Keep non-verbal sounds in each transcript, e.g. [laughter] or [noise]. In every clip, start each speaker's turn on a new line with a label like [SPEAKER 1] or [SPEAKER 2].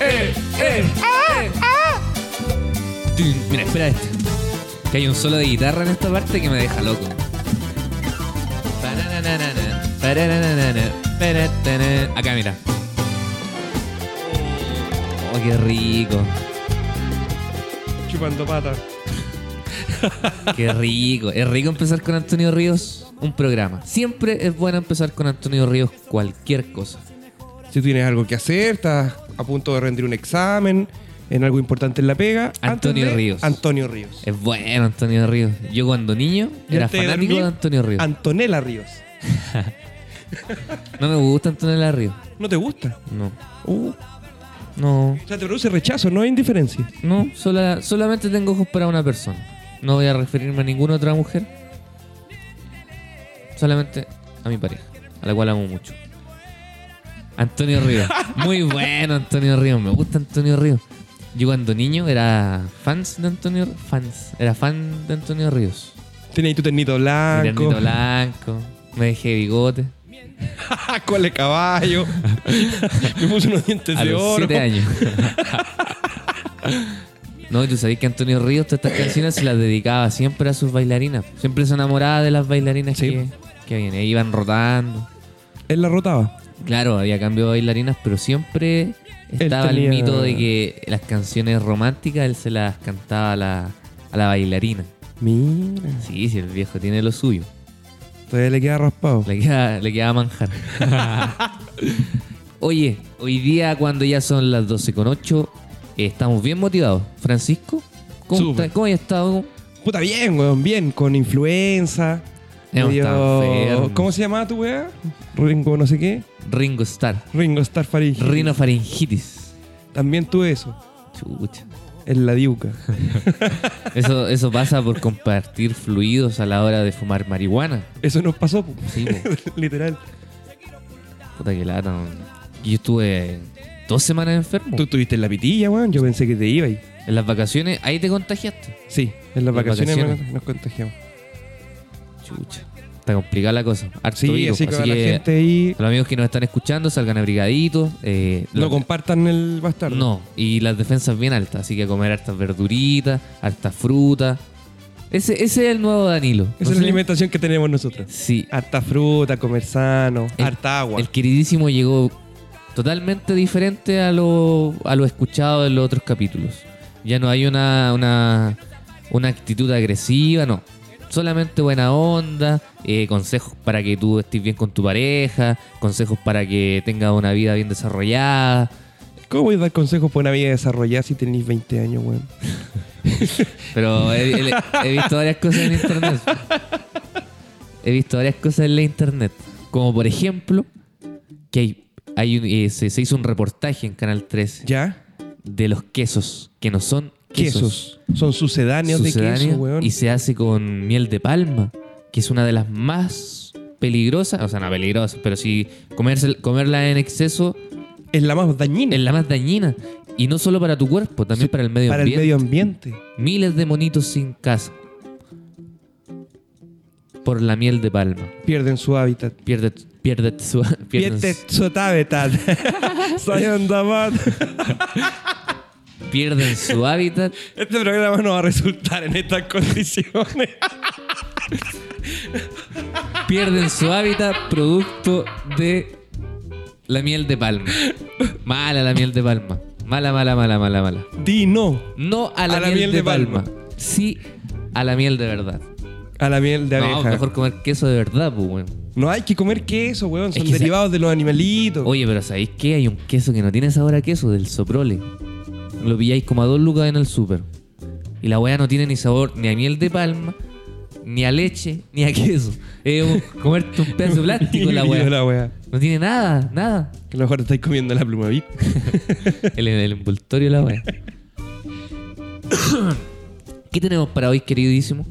[SPEAKER 1] eh, eh, eh. Tin. Mira, espera esto. Que hay un solo de guitarra en esta parte que me deja loco. Parananana, parananana, paratana. Acá, mira. Oh, qué rico.
[SPEAKER 2] Chupando pata.
[SPEAKER 1] Qué rico. Es rico empezar con Antonio Ríos un programa. Siempre es bueno empezar con Antonio Ríos cualquier cosa.
[SPEAKER 2] Si tú tienes algo que hacer, estás a punto de rendir un examen, en algo importante en la pega.
[SPEAKER 1] Antonio
[SPEAKER 2] antes de-
[SPEAKER 1] Ríos.
[SPEAKER 2] Antonio Ríos.
[SPEAKER 1] Es bueno Antonio Ríos. Yo cuando niño
[SPEAKER 2] Y
[SPEAKER 1] era
[SPEAKER 2] antes de
[SPEAKER 1] fanático
[SPEAKER 2] dormir,
[SPEAKER 1] de Antonio Ríos.
[SPEAKER 2] Antonella Ríos.
[SPEAKER 1] No me gusta Antonio Ríos.
[SPEAKER 2] ¿No te gusta?
[SPEAKER 1] No.
[SPEAKER 2] Uh,
[SPEAKER 1] No.
[SPEAKER 2] o sea, te produce rechazo, no indiferencia.
[SPEAKER 1] No, sola- solamente tengo ojos para una persona. No voy a referirme a ninguna otra mujer. Solamente a mi pareja, a la cual amo mucho. Antonio Ríos. Muy bueno Antonio Ríos. Me gusta Antonio Ríos. Yo cuando niño era fans de Antonio fans. Era fan de Antonio Ríos.
[SPEAKER 2] Tenía ahí tu ternito
[SPEAKER 1] Mi
[SPEAKER 2] blanco.
[SPEAKER 1] ternito
[SPEAKER 2] [laughs]
[SPEAKER 1] blanco. Me dejé bigote.
[SPEAKER 2] Cola de Ah,
[SPEAKER 1] [laughs]
[SPEAKER 2] caballo. Me puse unos dientes
[SPEAKER 1] A
[SPEAKER 2] de
[SPEAKER 1] los
[SPEAKER 2] oro.
[SPEAKER 1] siete años. [laughs] no, y tú sabés que Antonio Ríos todas estas canciones se las dedicaba siempre a sus bailarinas. Siempre se enamoraba de las bailarinas
[SPEAKER 2] Sí.
[SPEAKER 1] que, que habían. E iban rotando.
[SPEAKER 2] Él la rotaba.
[SPEAKER 1] Claro, había cambio de bailarinas, pero siempre estaba
[SPEAKER 2] tenía-
[SPEAKER 1] el mito de que las canciones románticas él se las cantaba a la, a la bailarina.
[SPEAKER 2] Mira.
[SPEAKER 1] Sí, sí, el viejo tiene lo suyo.
[SPEAKER 2] Todavía le queda raspado.
[SPEAKER 1] Le queda, le queda
[SPEAKER 2] [laughs]
[SPEAKER 1] manjar. Oye, hoy día cuando ya son las 12 con 8, estamos bien motivados. Francisco, ¿cómo,
[SPEAKER 2] Súper.
[SPEAKER 1] está- cómo has estado?
[SPEAKER 2] Puta, bien, weón. Bien, con influenza.
[SPEAKER 1] Hemos
[SPEAKER 2] medio-
[SPEAKER 1] estado enfermos.
[SPEAKER 2] ¿Cómo se llamaba tu weá? Ringo no sé qué.
[SPEAKER 1] Ringo Starr,
[SPEAKER 2] Ringo Star Faringe.
[SPEAKER 1] rinofaringitis.
[SPEAKER 2] También tuve eso.
[SPEAKER 1] Chucha.
[SPEAKER 2] En la diuca.
[SPEAKER 1] Eso, eso pasa por compartir fluidos a la hora de fumar marihuana.
[SPEAKER 2] Eso nos pasó, po. [laughs]
[SPEAKER 1] Sí, po.
[SPEAKER 2] literal.
[SPEAKER 1] puta que lata. man. Yo estuve dos semanas enfermo.
[SPEAKER 2] Tú estuviste en la pitilla, weón. Yo pensé que te iba ahí.
[SPEAKER 1] En las vacaciones, ahí te contagiaste.
[SPEAKER 2] Sí, en las
[SPEAKER 1] Las
[SPEAKER 2] vacaciones,
[SPEAKER 1] vacaciones.
[SPEAKER 2] man, nos contagiamos.
[SPEAKER 1] Chucha. Está complicada la cosa. Harto
[SPEAKER 2] Sí,
[SPEAKER 1] virus,
[SPEAKER 2] así que
[SPEAKER 1] así
[SPEAKER 2] a la
[SPEAKER 1] que
[SPEAKER 2] gente ahí.
[SPEAKER 1] A los amigos que nos están escuchando, salgan abrigaditos. eh,
[SPEAKER 2] No
[SPEAKER 1] las-
[SPEAKER 2] compartan el bastardo.
[SPEAKER 1] no, y las defensas bien altas, así que a comer hartas verduritas, hartas frutas. Ese, ese es el nuevo Danilo. ¿no
[SPEAKER 2] Esa es
[SPEAKER 1] sé?
[SPEAKER 2] la alimentación que tenemos nosotros.
[SPEAKER 1] Sí,
[SPEAKER 2] Harta fruta, comer sano,
[SPEAKER 1] El-
[SPEAKER 2] harta agua.
[SPEAKER 1] el queridísimo llegó totalmente diferente a lo, a lo escuchado en los otros capítulos. Ya no hay una, una, una actitud agresiva, no. Solamente buena onda, eh, consejos para que tú estés bien con tu pareja, consejos para que tengas una vida bien desarrollada.
[SPEAKER 2] ¿Cómo voy a dar consejos para una vida desarrollada si tenéis 20 años, weón?
[SPEAKER 1] Pero he, he- he visto varias cosas en internet. He visto varias cosas en la internet. Como por ejemplo, que hay, hay un- eh, se, se hizo un reportaje en Canal 13
[SPEAKER 2] ¿Ya?
[SPEAKER 1] de los quesos, que no son quesos.
[SPEAKER 2] Quesos. Son sucedáneos de queso,
[SPEAKER 1] sucedáneos,
[SPEAKER 2] weón.
[SPEAKER 1] y se hace con miel de palma, que es una de las más peligrosas, o sea, no peligrosas, pero si comerse- comerla en exceso
[SPEAKER 2] Es la más dañina.
[SPEAKER 1] es la más dañina. Y no solo para tu cuerpo, también para el medio
[SPEAKER 2] para
[SPEAKER 1] ambiente.
[SPEAKER 2] el medio ambiente.
[SPEAKER 1] Miles de monitos sin casa. Por la miel de palma.
[SPEAKER 2] Pierden su hábitat.
[SPEAKER 1] Pierde, pierde su... [laughs] pierden
[SPEAKER 2] Pierde
[SPEAKER 1] su-
[SPEAKER 2] su hábitat.
[SPEAKER 1] [laughs]
[SPEAKER 2] Soy andamat.
[SPEAKER 1] pierden su hábitat.
[SPEAKER 2] Este programa no va a resultar en estas condiciones.
[SPEAKER 1] Pierden su hábitat producto de la miel de palma. Mala la miel de palma. Mala, mala, mala, mala, mala.
[SPEAKER 2] Di no
[SPEAKER 1] No a la, miel, de, palma. Sí a la miel de verdad.
[SPEAKER 2] a la miel de
[SPEAKER 1] No,
[SPEAKER 2] abeja. No,
[SPEAKER 1] mejor comer queso de verdad, pues, weón.
[SPEAKER 2] hay que comer queso, weón. Son
[SPEAKER 1] que se-
[SPEAKER 2] derivados de los animalitos. [laughs]
[SPEAKER 1] Oye, pero ¿sabéis qué? Hay un queso que no tiene sabor a queso, del soprole. Lo pilláis como a dos lucas en el súper. Y la weá no tiene ni sabor ni a miel de palma, ni a leche, ni a [laughs] queso. Es un- comerte un pedazo de plástico la
[SPEAKER 2] Híbrido [laughs]
[SPEAKER 1] weá.
[SPEAKER 2] la weá.
[SPEAKER 1] No tiene nada, nada.
[SPEAKER 2] Que a lo mejor te estáis comiendo la pluma, ¿viste?
[SPEAKER 1] El, el envoltorio de la weá. [coughs] ¿Qué tenemos para hoy, queridísimo?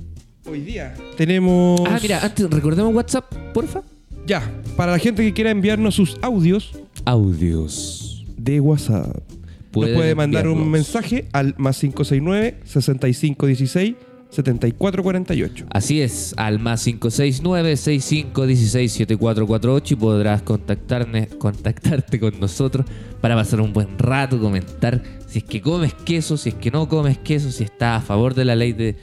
[SPEAKER 2] Hoy día tenemos.
[SPEAKER 1] Ah, mira, antes recordemos WhatsApp, porfa.
[SPEAKER 2] Ya, para la gente que quiera enviarnos sus audios
[SPEAKER 1] Audios.
[SPEAKER 2] de WhatsApp, nos
[SPEAKER 1] Pueden
[SPEAKER 2] puede mandar un
[SPEAKER 1] enviarlos.
[SPEAKER 2] mensaje al más 569 6516 7448.
[SPEAKER 1] Así es, al más 569-6516-7448 y podrás contactarme, contactarte con nosotros para pasar un buen rato, comentar si es que comes queso, si es que no comes queso, si estás a favor de la ley de,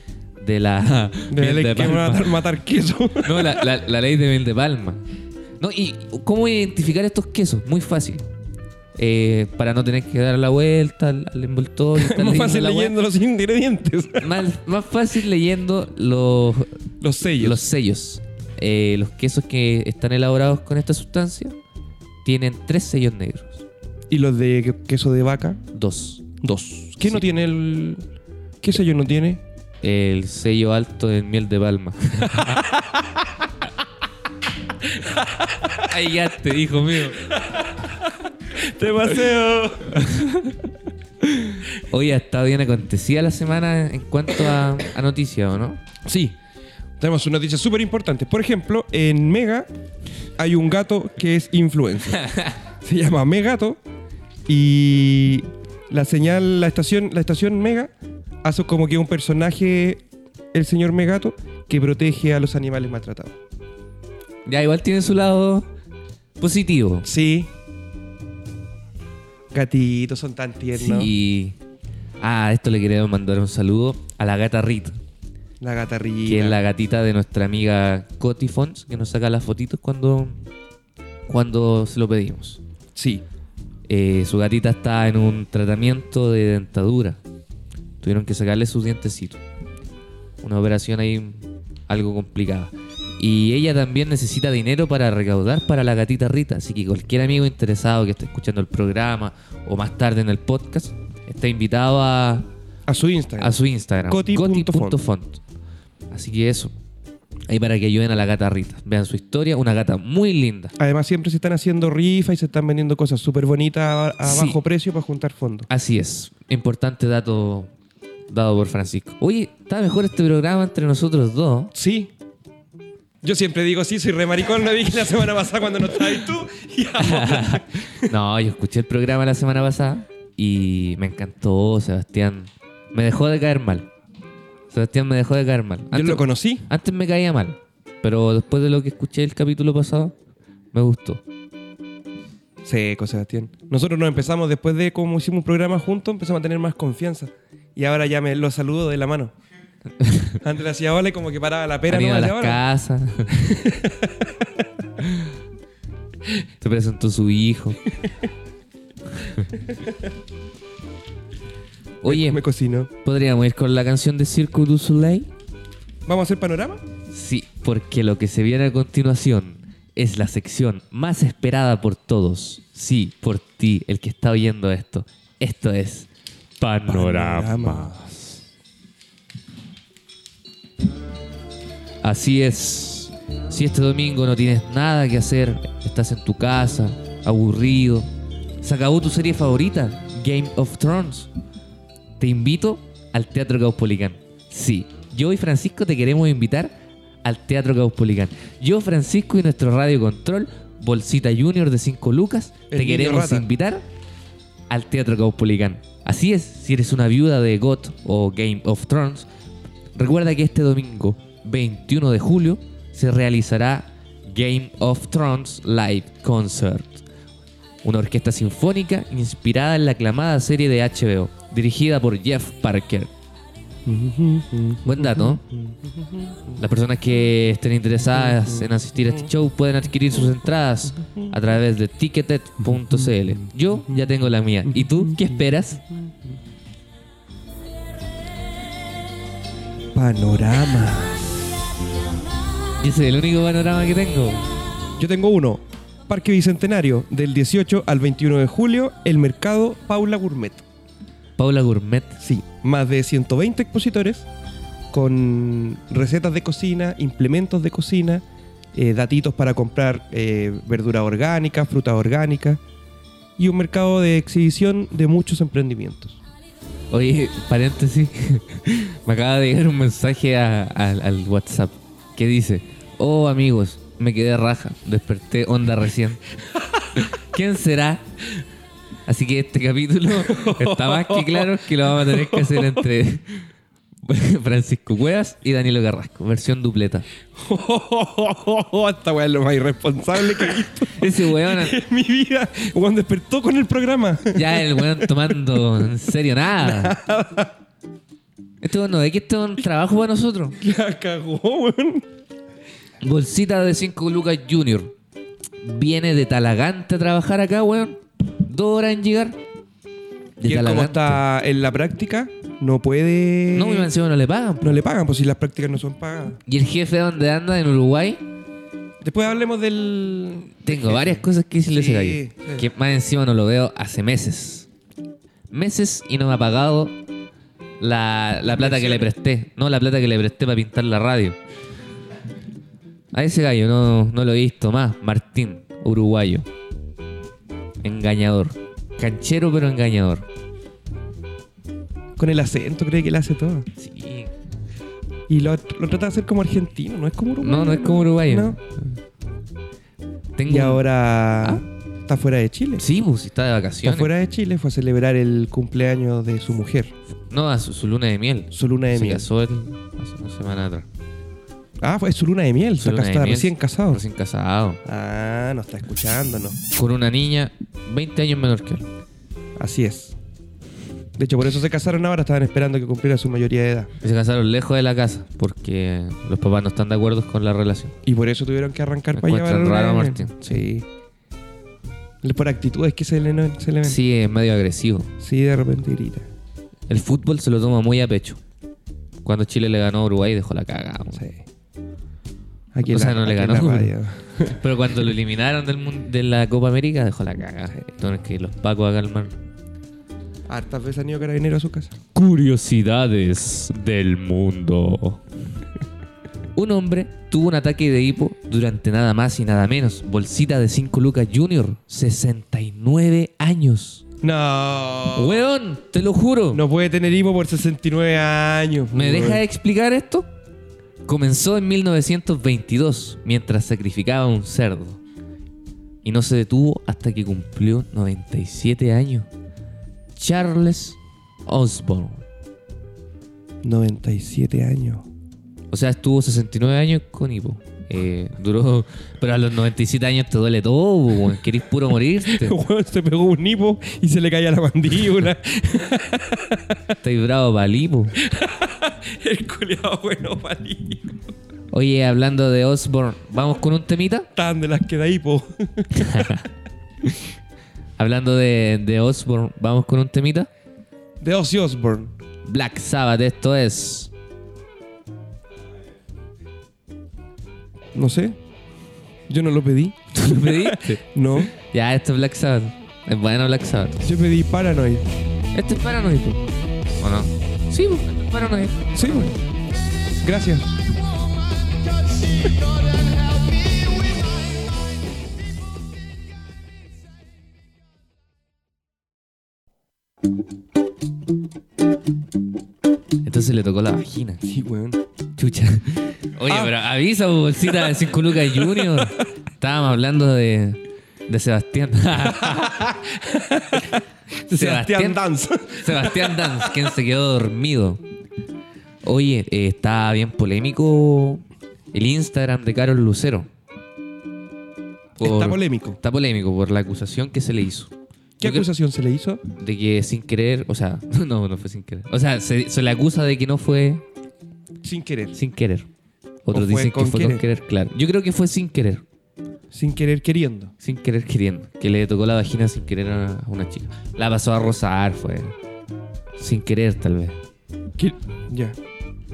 [SPEAKER 1] de la...
[SPEAKER 2] De
[SPEAKER 1] miel
[SPEAKER 2] ley que
[SPEAKER 1] palma.
[SPEAKER 2] matar, matar queso. [laughs]
[SPEAKER 1] No, la, la- la ley de miel de palma. No, ¿Y cómo identificar estos quesos? Muy fácil. Eh, para no tener que dar la vuelta al, al
[SPEAKER 2] [laughs]
[SPEAKER 1] envoltorio. estar
[SPEAKER 2] Más
[SPEAKER 1] leyendo
[SPEAKER 2] fácil
[SPEAKER 1] la
[SPEAKER 2] leyendo los ingredientes.
[SPEAKER 1] wea. Más- más fácil leyendo los,
[SPEAKER 2] Los sellos.
[SPEAKER 1] los sellos. Eh, los quesos que están elaborados con esta sustancia tienen tres sellos negros.
[SPEAKER 2] ¿Y los de que- queso de vaca?
[SPEAKER 1] Dos.
[SPEAKER 2] Dos. ¿Qué no
[SPEAKER 1] Sí.
[SPEAKER 2] tiene el...? ¿Qué sello no tiene?
[SPEAKER 1] El sello alto del miel de palma. Ahí llegaste, hijo mío.
[SPEAKER 2] Te paseo.
[SPEAKER 1] Hoy ha estado bien acontecida la semana en cuanto a, a noticias, ¿o no?
[SPEAKER 2] Sí. Tenemos una noticia súper importante. Por ejemplo, en Mega hay un gato que es [laughs] influencer. Se llama Megato y la señal, la estación, la estación Mega hace como que un personaje, el señor Megato, que protege a los animales maltratados.
[SPEAKER 1] Ya, igual tiene su lado positivo.
[SPEAKER 2] Sí. Gatitos son tan tiernos.
[SPEAKER 1] Sí. Ah, esto le queremos mandar un saludo a la gata Rita.
[SPEAKER 2] La gatarrilla.
[SPEAKER 1] que es la gatita de nuestra amiga Coti Fons, que nos saca las fotitos cuando, cuando se lo pedimos.
[SPEAKER 2] Sí.
[SPEAKER 1] Eh, su gatita está en un tratamiento de dentadura. Tuvieron que sacarle sus dientecitos. Una operación ahí algo complicada. Y ella también necesita dinero para recaudar para la gatita Rita. Así que cualquier amigo interesado que esté escuchando el programa o más tarde en el podcast, está invitado a,
[SPEAKER 2] A su Instagram.
[SPEAKER 1] a su Instagram.
[SPEAKER 2] Coti.font.
[SPEAKER 1] Coti.font. Así que eso. Ahí para que ayuden a la gata Rita. Vean su historia, una gata muy linda.
[SPEAKER 2] Además, siempre se están haciendo rifas y se están vendiendo cosas súper bonitas a, a
[SPEAKER 1] Sí.
[SPEAKER 2] bajo precio para juntar fondos.
[SPEAKER 1] Así es. Importante dato dado por Francisco. Oye, está mejor este programa entre nosotros dos.
[SPEAKER 2] Sí. Yo siempre digo sí, soy re maricón, lo dije la semana pasada cuando no estabas tú. [laughs] Y ahora-
[SPEAKER 1] No, yo escuché el programa la semana pasada y me encantó, Sebastián. Me dejó de caer mal. Sebastián me dejó de caer mal.
[SPEAKER 2] Yo
[SPEAKER 1] Antes-
[SPEAKER 2] lo conocí.
[SPEAKER 1] Antes me caía mal, pero después de lo que escuché el capítulo pasado, me gustó.
[SPEAKER 2] Seco, Sebastián. Nosotros nos empezamos, después de como hicimos un programa juntos, empezamos a tener más confianza. Y ahora ya me lo saludo de
[SPEAKER 1] [laughs]
[SPEAKER 2] la mano. Antes le hacía hola y como que paraba la pera.
[SPEAKER 1] Han ido
[SPEAKER 2] nomás,
[SPEAKER 1] a
[SPEAKER 2] y
[SPEAKER 1] las
[SPEAKER 2] ahora-
[SPEAKER 1] casas.
[SPEAKER 2] [laughs]
[SPEAKER 1] Se presentó su hijo. Oye,
[SPEAKER 2] Me cocinó.
[SPEAKER 1] ¿podríamos ir con la canción de Circo du Soleil?
[SPEAKER 2] ¿Vamos a hacer panorama?
[SPEAKER 1] Sí, porque lo que se viene a continuación es la sección más esperada por todos. Sí, por ti, el que está oyendo esto. Esto es Panorama. Así es. Si este domingo no tienes nada que hacer, estás en tu casa, aburrido, se acabó tu serie favorita, Game of Thrones, te invito al Teatro Caupolicán. Sí, yo y Francisco te queremos invitar al Teatro Caupolicán. Yo, Francisco y nuestro Radio Control, Bolsita Junior de 5 Lucas,
[SPEAKER 2] El
[SPEAKER 1] te
[SPEAKER 2] niño
[SPEAKER 1] queremos
[SPEAKER 2] rata.
[SPEAKER 1] invitar al Teatro Caupolicán. Así es, si eres una viuda de GOT o Game of Thrones, Recuerda que este domingo 21 de julio se realizará Game of Thrones Live Concert, una orquesta sinfónica inspirada en la aclamada serie de HBO, dirigida por Jeff Parker. Buen dato. ¿no? Las personas que estén interesadas en asistir a este show pueden adquirir sus entradas a través de ticketed.cl. Yo ya tengo la mía. ¿Y tú qué esperas?
[SPEAKER 2] Panorama.
[SPEAKER 1] Ese es el único panorama que tengo.
[SPEAKER 2] Yo tengo uno. Parque Bicentenario, del 18 al 21 de julio, el mercado Paula Gourmet.
[SPEAKER 1] Paula Gourmet.
[SPEAKER 2] Sí, más de 120 expositores con recetas de cocina, implementos de cocina, eh, datitos para comprar eh, verdura orgánica, fruta orgánica y un mercado de exhibición de muchos emprendimientos.
[SPEAKER 1] Oye, paréntesis. [laughs] Me acaba de llegar un mensaje a- a- al WhatsApp que dice: Oh, amigos, me quedé raja. Desperté onda recién. ¿Quién será? Así que este capítulo está más que claro que lo vamos a tener que hacer entre [laughs] Francisco Cuevas y Danilo Carrasco, versión dupleta.
[SPEAKER 2] [laughs] Esta weá es lo más irresponsable que he visto
[SPEAKER 1] Ese
[SPEAKER 2] [laughs]
[SPEAKER 1] weón,
[SPEAKER 2] en mi vida. Juan despertó con el programa. [laughs]
[SPEAKER 1] ya el weón tomando en serio nada. Este weón no ve que esto es un trabajo para nosotros.
[SPEAKER 2] La cagó, weón.
[SPEAKER 1] Bolsita de 5 lucas Junior. Viene de Talagante a trabajar acá, weón. Dos horas en llegar. De
[SPEAKER 2] Y él como
[SPEAKER 1] Talagante.
[SPEAKER 2] está Mm. en la práctica, no puede.
[SPEAKER 1] No, mi mansión no le pagan. po.
[SPEAKER 2] No le pagan, pues si las prácticas no son pagadas.
[SPEAKER 1] Y el jefe donde anda en Uruguay,
[SPEAKER 2] Después hablemos del.
[SPEAKER 1] tengo varias cosas que decirle a ese
[SPEAKER 2] Sí,
[SPEAKER 1] gallo.
[SPEAKER 2] sí.
[SPEAKER 1] Que más encima no lo veo hace meses. Meses y no me ha pagado la, la plata que le presté. No, la plata que le presté para pintar la radio. A ese gallo no, no lo he visto más. Martín, uruguayo. Engañador. Canchero pero engañador.
[SPEAKER 2] Con el acento, cree que le hace todo.
[SPEAKER 1] Sí.
[SPEAKER 2] Y lo, lo trata de hacer como argentino, no es como uruguayo.
[SPEAKER 1] No, no es como uruguayo.
[SPEAKER 2] No.
[SPEAKER 1] Tengo
[SPEAKER 2] Y
[SPEAKER 1] un- ¿Ah?
[SPEAKER 2] ahora está fuera de Chile.
[SPEAKER 1] Sí, pues si está de
[SPEAKER 2] Está
[SPEAKER 1] vacaciones.
[SPEAKER 2] fuera de Chile, fue a celebrar el cumpleaños de su mujer,
[SPEAKER 1] No, a su, su luna de miel.
[SPEAKER 2] su luna de
[SPEAKER 1] Se
[SPEAKER 2] miel.
[SPEAKER 1] casó en- hace una semana atrás.
[SPEAKER 2] Ah, fue su luna de miel,
[SPEAKER 1] Su
[SPEAKER 2] está
[SPEAKER 1] luna de
[SPEAKER 2] casada,
[SPEAKER 1] miel.
[SPEAKER 2] recién casado.
[SPEAKER 1] Recién casado.
[SPEAKER 2] Ah, no está escuchándonos.
[SPEAKER 1] Con una niña 20 años menor que él.
[SPEAKER 2] Así es. De hecho, por eso se casaron ahora, estaban esperando que cumpliera su mayoría de edad.
[SPEAKER 1] Y se casaron lejos de la casa porque los papás no están de acuerdo con la relación.
[SPEAKER 2] Y por eso tuvieron que arrancar
[SPEAKER 1] Me
[SPEAKER 2] para allá.
[SPEAKER 1] encuentran
[SPEAKER 2] para la
[SPEAKER 1] raro,
[SPEAKER 2] luna de miel.
[SPEAKER 1] Martín.
[SPEAKER 2] Sí. Por actitudes que se le, no- se le ven. Sí.
[SPEAKER 1] Sí, es medio agresivo.
[SPEAKER 2] de repente grita.
[SPEAKER 1] El fútbol se lo toma muy a pecho. Cuando Chile le ganó a Uruguay dejó la cagada. weón.
[SPEAKER 2] Sí. Aquí
[SPEAKER 1] O
[SPEAKER 2] en
[SPEAKER 1] sea,
[SPEAKER 2] la-
[SPEAKER 1] no le
[SPEAKER 2] aquí en
[SPEAKER 1] ganó,
[SPEAKER 2] la
[SPEAKER 1] pero-
[SPEAKER 2] radio.
[SPEAKER 1] Pero cuando lo eliminaron del mun- de la Copa América dejó la cagada.
[SPEAKER 2] Sí.
[SPEAKER 1] Entonces que los pacos acá hermano.
[SPEAKER 2] Hartas veces han ido carabineros a su casa.
[SPEAKER 1] Curiosidades del mundo. Un hombre tuvo un ataque de hipo durante nada más y nada menos. Bolsita de 5 lucas Junior, 69 años.
[SPEAKER 2] No.
[SPEAKER 1] Weón, te lo juro.
[SPEAKER 2] Oh. No puede tener hipo por 69 años.
[SPEAKER 1] ¿Me
[SPEAKER 2] weón.
[SPEAKER 1] deja explicar esto? Comenzó en 1922, mientras sacrificaba a un cerdo. Y no se detuvo hasta que cumplió 97 años. Charles Osborne.
[SPEAKER 2] 97 años.
[SPEAKER 1] O sea, estuvo 69 años con hipo. Eh, duró. Pero a los 97 años te duele todo, weón. Querís puro [laughs] morirte.
[SPEAKER 2] [laughs] Weón, se pegó un hipo y se le caía la mandíbula. [laughs]
[SPEAKER 1] Estáis bravo para el hipo.
[SPEAKER 2] El culiado bueno palito.
[SPEAKER 1] Oye, hablando de Osborne, ¿vamos con un temita?
[SPEAKER 2] Tan de las que da hipo.
[SPEAKER 1] Hablando de, de Osborne, ¿vamos con un temita?
[SPEAKER 2] De Ozzy Osbourne.
[SPEAKER 1] Black Sabbath, esto es.
[SPEAKER 2] No sé. Yo no lo pedí.
[SPEAKER 1] ¿Tú lo [laughs] pediste?
[SPEAKER 2] No.
[SPEAKER 1] ya, esto es Black Sabbath. Es bueno Black Sabbath.
[SPEAKER 2] Yo pedí Paranoid.
[SPEAKER 1] Esto es Paranoid. ¿O no? Sí, pues, esto es Paranoid.
[SPEAKER 2] Sí, weón. Gracias.
[SPEAKER 1] Entonces le tocó la vagina.
[SPEAKER 2] Sí, weón.
[SPEAKER 1] Chucha. Oye,
[SPEAKER 2] Ah.
[SPEAKER 1] pero avisa, po, bolsita de 5 lucas Junior. Estábamos hablando de, de Sebastián. [laughs]
[SPEAKER 2] Sebastián Dance.
[SPEAKER 1] Sebastián Dance, quien se quedó dormido. Oye, eh, está bien polémico el Instagram de Carol Lucero. [laughs] Por-
[SPEAKER 2] Está polémico.
[SPEAKER 1] Está polémico por la acusación que se le hizo.
[SPEAKER 2] ¿Qué
[SPEAKER 1] Yo creo-
[SPEAKER 2] acusación se le hizo?
[SPEAKER 1] De que sin querer, o sea, [laughs] no, no fue sin querer. O sea, se, se le acusa de que no fue
[SPEAKER 2] Sin querer.
[SPEAKER 1] sin querer. Otros
[SPEAKER 2] O fue
[SPEAKER 1] dicen que
[SPEAKER 2] con
[SPEAKER 1] fue con
[SPEAKER 2] querer.
[SPEAKER 1] querer, claro. Yo creo que fue sin querer.
[SPEAKER 2] Sin querer queriendo.
[SPEAKER 1] Sin querer queriendo. Que le tocó la vagina sin querer a a una chica. La pasó a rozar, fue. Sin querer, tal vez.
[SPEAKER 2] Que- Ya.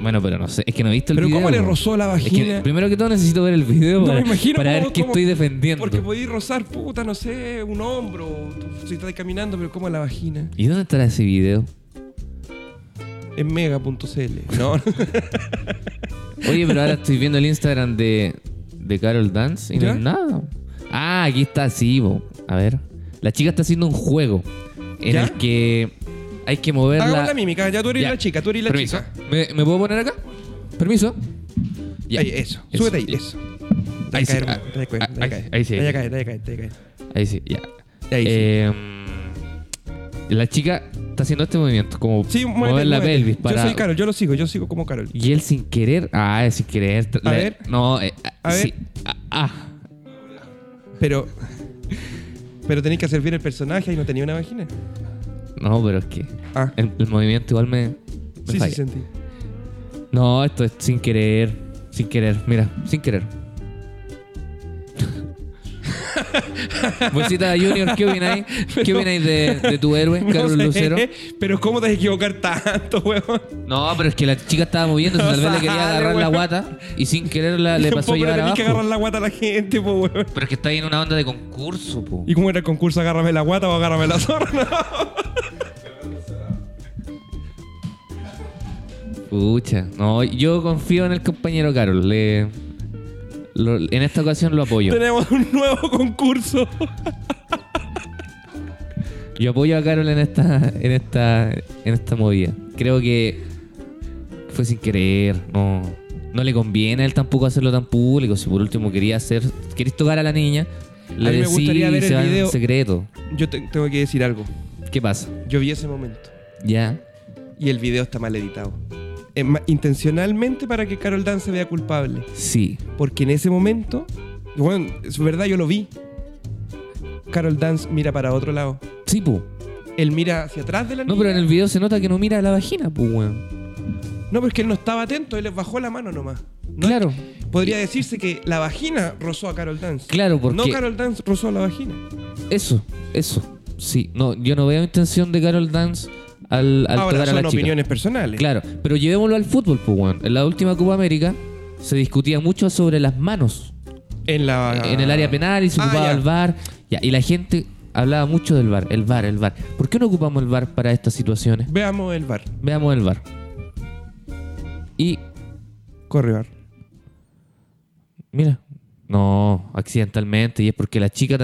[SPEAKER 1] Bueno, pero no sé. Es que no he visto el
[SPEAKER 2] Pero
[SPEAKER 1] video.
[SPEAKER 2] ¿cómo le
[SPEAKER 1] bro.
[SPEAKER 2] rozó la
[SPEAKER 1] Es que,
[SPEAKER 2] vagina?
[SPEAKER 1] primero que todo necesito ver el video
[SPEAKER 2] No
[SPEAKER 1] para,
[SPEAKER 2] me imagino
[SPEAKER 1] para ver
[SPEAKER 2] cómo-
[SPEAKER 1] qué
[SPEAKER 2] cómo-
[SPEAKER 1] estoy defendiendo.
[SPEAKER 2] Porque podí rozar, puta, no sé, un hombro, tú- si estás caminando, pero como la vagina.
[SPEAKER 1] ¿Y dónde estará ese video?
[SPEAKER 2] En mega.cl. No, no.
[SPEAKER 1] Oye, pero ahora estoy viendo el Instagram de, de Carol Dance y no
[SPEAKER 2] ¿Ya?
[SPEAKER 1] hay nada. Ah, aquí está, sí, bo. a ver. La chica está haciendo un juego en
[SPEAKER 2] ¿Ya?
[SPEAKER 1] el que hay que moverla.
[SPEAKER 2] Hagamos la mímica, ya tú eres
[SPEAKER 1] Ya.
[SPEAKER 2] la chica, tú eres la
[SPEAKER 1] Permiso.
[SPEAKER 2] chica.
[SPEAKER 1] ¿Me, me puedo poner acá? Permiso. Ya.
[SPEAKER 2] Ahí, eso,
[SPEAKER 1] Eso,
[SPEAKER 2] súbete ahí,
[SPEAKER 1] ya.
[SPEAKER 2] eso.
[SPEAKER 1] Ahí sí,
[SPEAKER 2] caer,
[SPEAKER 1] ah,
[SPEAKER 2] te vas a caer,
[SPEAKER 1] ah,
[SPEAKER 2] te vas a
[SPEAKER 1] ahí-
[SPEAKER 2] caer.
[SPEAKER 1] ahí sí,
[SPEAKER 2] Te vas a
[SPEAKER 1] ahí
[SPEAKER 2] caer, te vas a caer, te vas a caer.
[SPEAKER 1] Ahí sí, ya.
[SPEAKER 2] Ahí sí.
[SPEAKER 1] Eh, la chica está haciendo este movimiento, como
[SPEAKER 2] Sí,
[SPEAKER 1] mover
[SPEAKER 2] muévete,
[SPEAKER 1] la
[SPEAKER 2] muévete.
[SPEAKER 1] pelvis para.
[SPEAKER 2] Yo soy Carol, yo lo sigo, yo sigo como Carol.
[SPEAKER 1] Y él sin querer. Ah, sin querer.
[SPEAKER 2] A
[SPEAKER 1] le-
[SPEAKER 2] ver.
[SPEAKER 1] No, eh,
[SPEAKER 2] A
[SPEAKER 1] sí.
[SPEAKER 2] ver.
[SPEAKER 1] Ah, ah.
[SPEAKER 2] Pero. [laughs] Pero tenéis que hacer bien el personaje y no tenía una vagina.
[SPEAKER 1] No, pero es que.
[SPEAKER 2] Ah,
[SPEAKER 1] El, el movimiento igual me. me
[SPEAKER 2] sí, sí,
[SPEAKER 1] falla.
[SPEAKER 2] sentí.
[SPEAKER 1] No, esto es sin querer. Sin querer, mira, sin [laughs] querer. Bolsita Junior, ¿qué [laughs] opináis? ¿Qué opináis de, de tu héroe,
[SPEAKER 2] [laughs] No
[SPEAKER 1] Carlos
[SPEAKER 2] sé,
[SPEAKER 1] Lucero?
[SPEAKER 2] Pero ¿cómo te vas a equivocar tanto, weón?
[SPEAKER 1] No, pero es que la chica estaba moviéndose,
[SPEAKER 2] No
[SPEAKER 1] tal vez le quería
[SPEAKER 2] sale,
[SPEAKER 1] agarrar la
[SPEAKER 2] weón.
[SPEAKER 1] guata y sin querer la- Ah, [laughs] le pasó a
[SPEAKER 2] Tampoco
[SPEAKER 1] llevar
[SPEAKER 2] tenés
[SPEAKER 1] abajo.
[SPEAKER 2] que agarrar la guata a la gente, po, weón.
[SPEAKER 1] Pero es que está ahí en una onda de concurso, po.
[SPEAKER 2] ¿Y cómo era el concurso? ¿Agárrame la guata o agárrame la zorra? [laughs]
[SPEAKER 1] Pucha, no, yo confío en el compañero Carol. Le, lo- en esta ocasión lo apoyo.
[SPEAKER 2] Tenemos un nuevo concurso.
[SPEAKER 1] Yo apoyo a Carol en esta, en esta, en esta movida. Creo que fue sin querer. No, no le conviene a él tampoco hacerlo tan público. Si por último quería hacer, querés tocar a la niña, le
[SPEAKER 2] mí me
[SPEAKER 1] decís
[SPEAKER 2] gustaría ver
[SPEAKER 1] y
[SPEAKER 2] el
[SPEAKER 1] se va en
[SPEAKER 2] video.
[SPEAKER 1] secreto.
[SPEAKER 2] Yo te- tengo que decir algo.
[SPEAKER 1] ¿Qué pasa?
[SPEAKER 2] Yo vi ese momento
[SPEAKER 1] Ya.
[SPEAKER 2] y el video está mal editado. Es ma- intencionalmente para que Carol Dan se vea culpable.
[SPEAKER 1] Sí.
[SPEAKER 2] Porque en ese momento, bueno, es verdad, yo lo vi. Carol Dance mira para otro lado.
[SPEAKER 1] Sí, pu.
[SPEAKER 2] Él mira hacia atrás de la
[SPEAKER 1] No,
[SPEAKER 2] niña.
[SPEAKER 1] pero en el video se nota que no mira a la vagina, pu, weón.
[SPEAKER 2] No, pero es que él no estaba atento, él les bajó la mano nomás. No-
[SPEAKER 1] Claro.
[SPEAKER 2] Podría decirse que la vagina rozó a Carol Dance.
[SPEAKER 1] Claro, porque-
[SPEAKER 2] No Carol Dance rozó a la vagina.
[SPEAKER 1] Eso, eso. Sí. No, yo no veo intención de Carol Dance al, al
[SPEAKER 2] Ahora
[SPEAKER 1] tocar a
[SPEAKER 2] son
[SPEAKER 1] la chica.
[SPEAKER 2] opiniones personales.
[SPEAKER 1] Claro, pero llevémoslo al fútbol, pues, weón. En la última Copa América se discutía mucho sobre las manos
[SPEAKER 2] En, la...
[SPEAKER 1] en el área penal y se
[SPEAKER 2] Ah,
[SPEAKER 1] ocupaba
[SPEAKER 2] ya.
[SPEAKER 1] el VAR. Ya, y la gente hablaba mucho del VAR, el VAR, el VAR. ¿Por qué no ocupamos el VAR para estas situaciones?
[SPEAKER 2] Veamos el bar.
[SPEAKER 1] Veamos el VAR. Y,
[SPEAKER 2] Corre bar.
[SPEAKER 1] mira, no, accidentalmente, y es porque la chica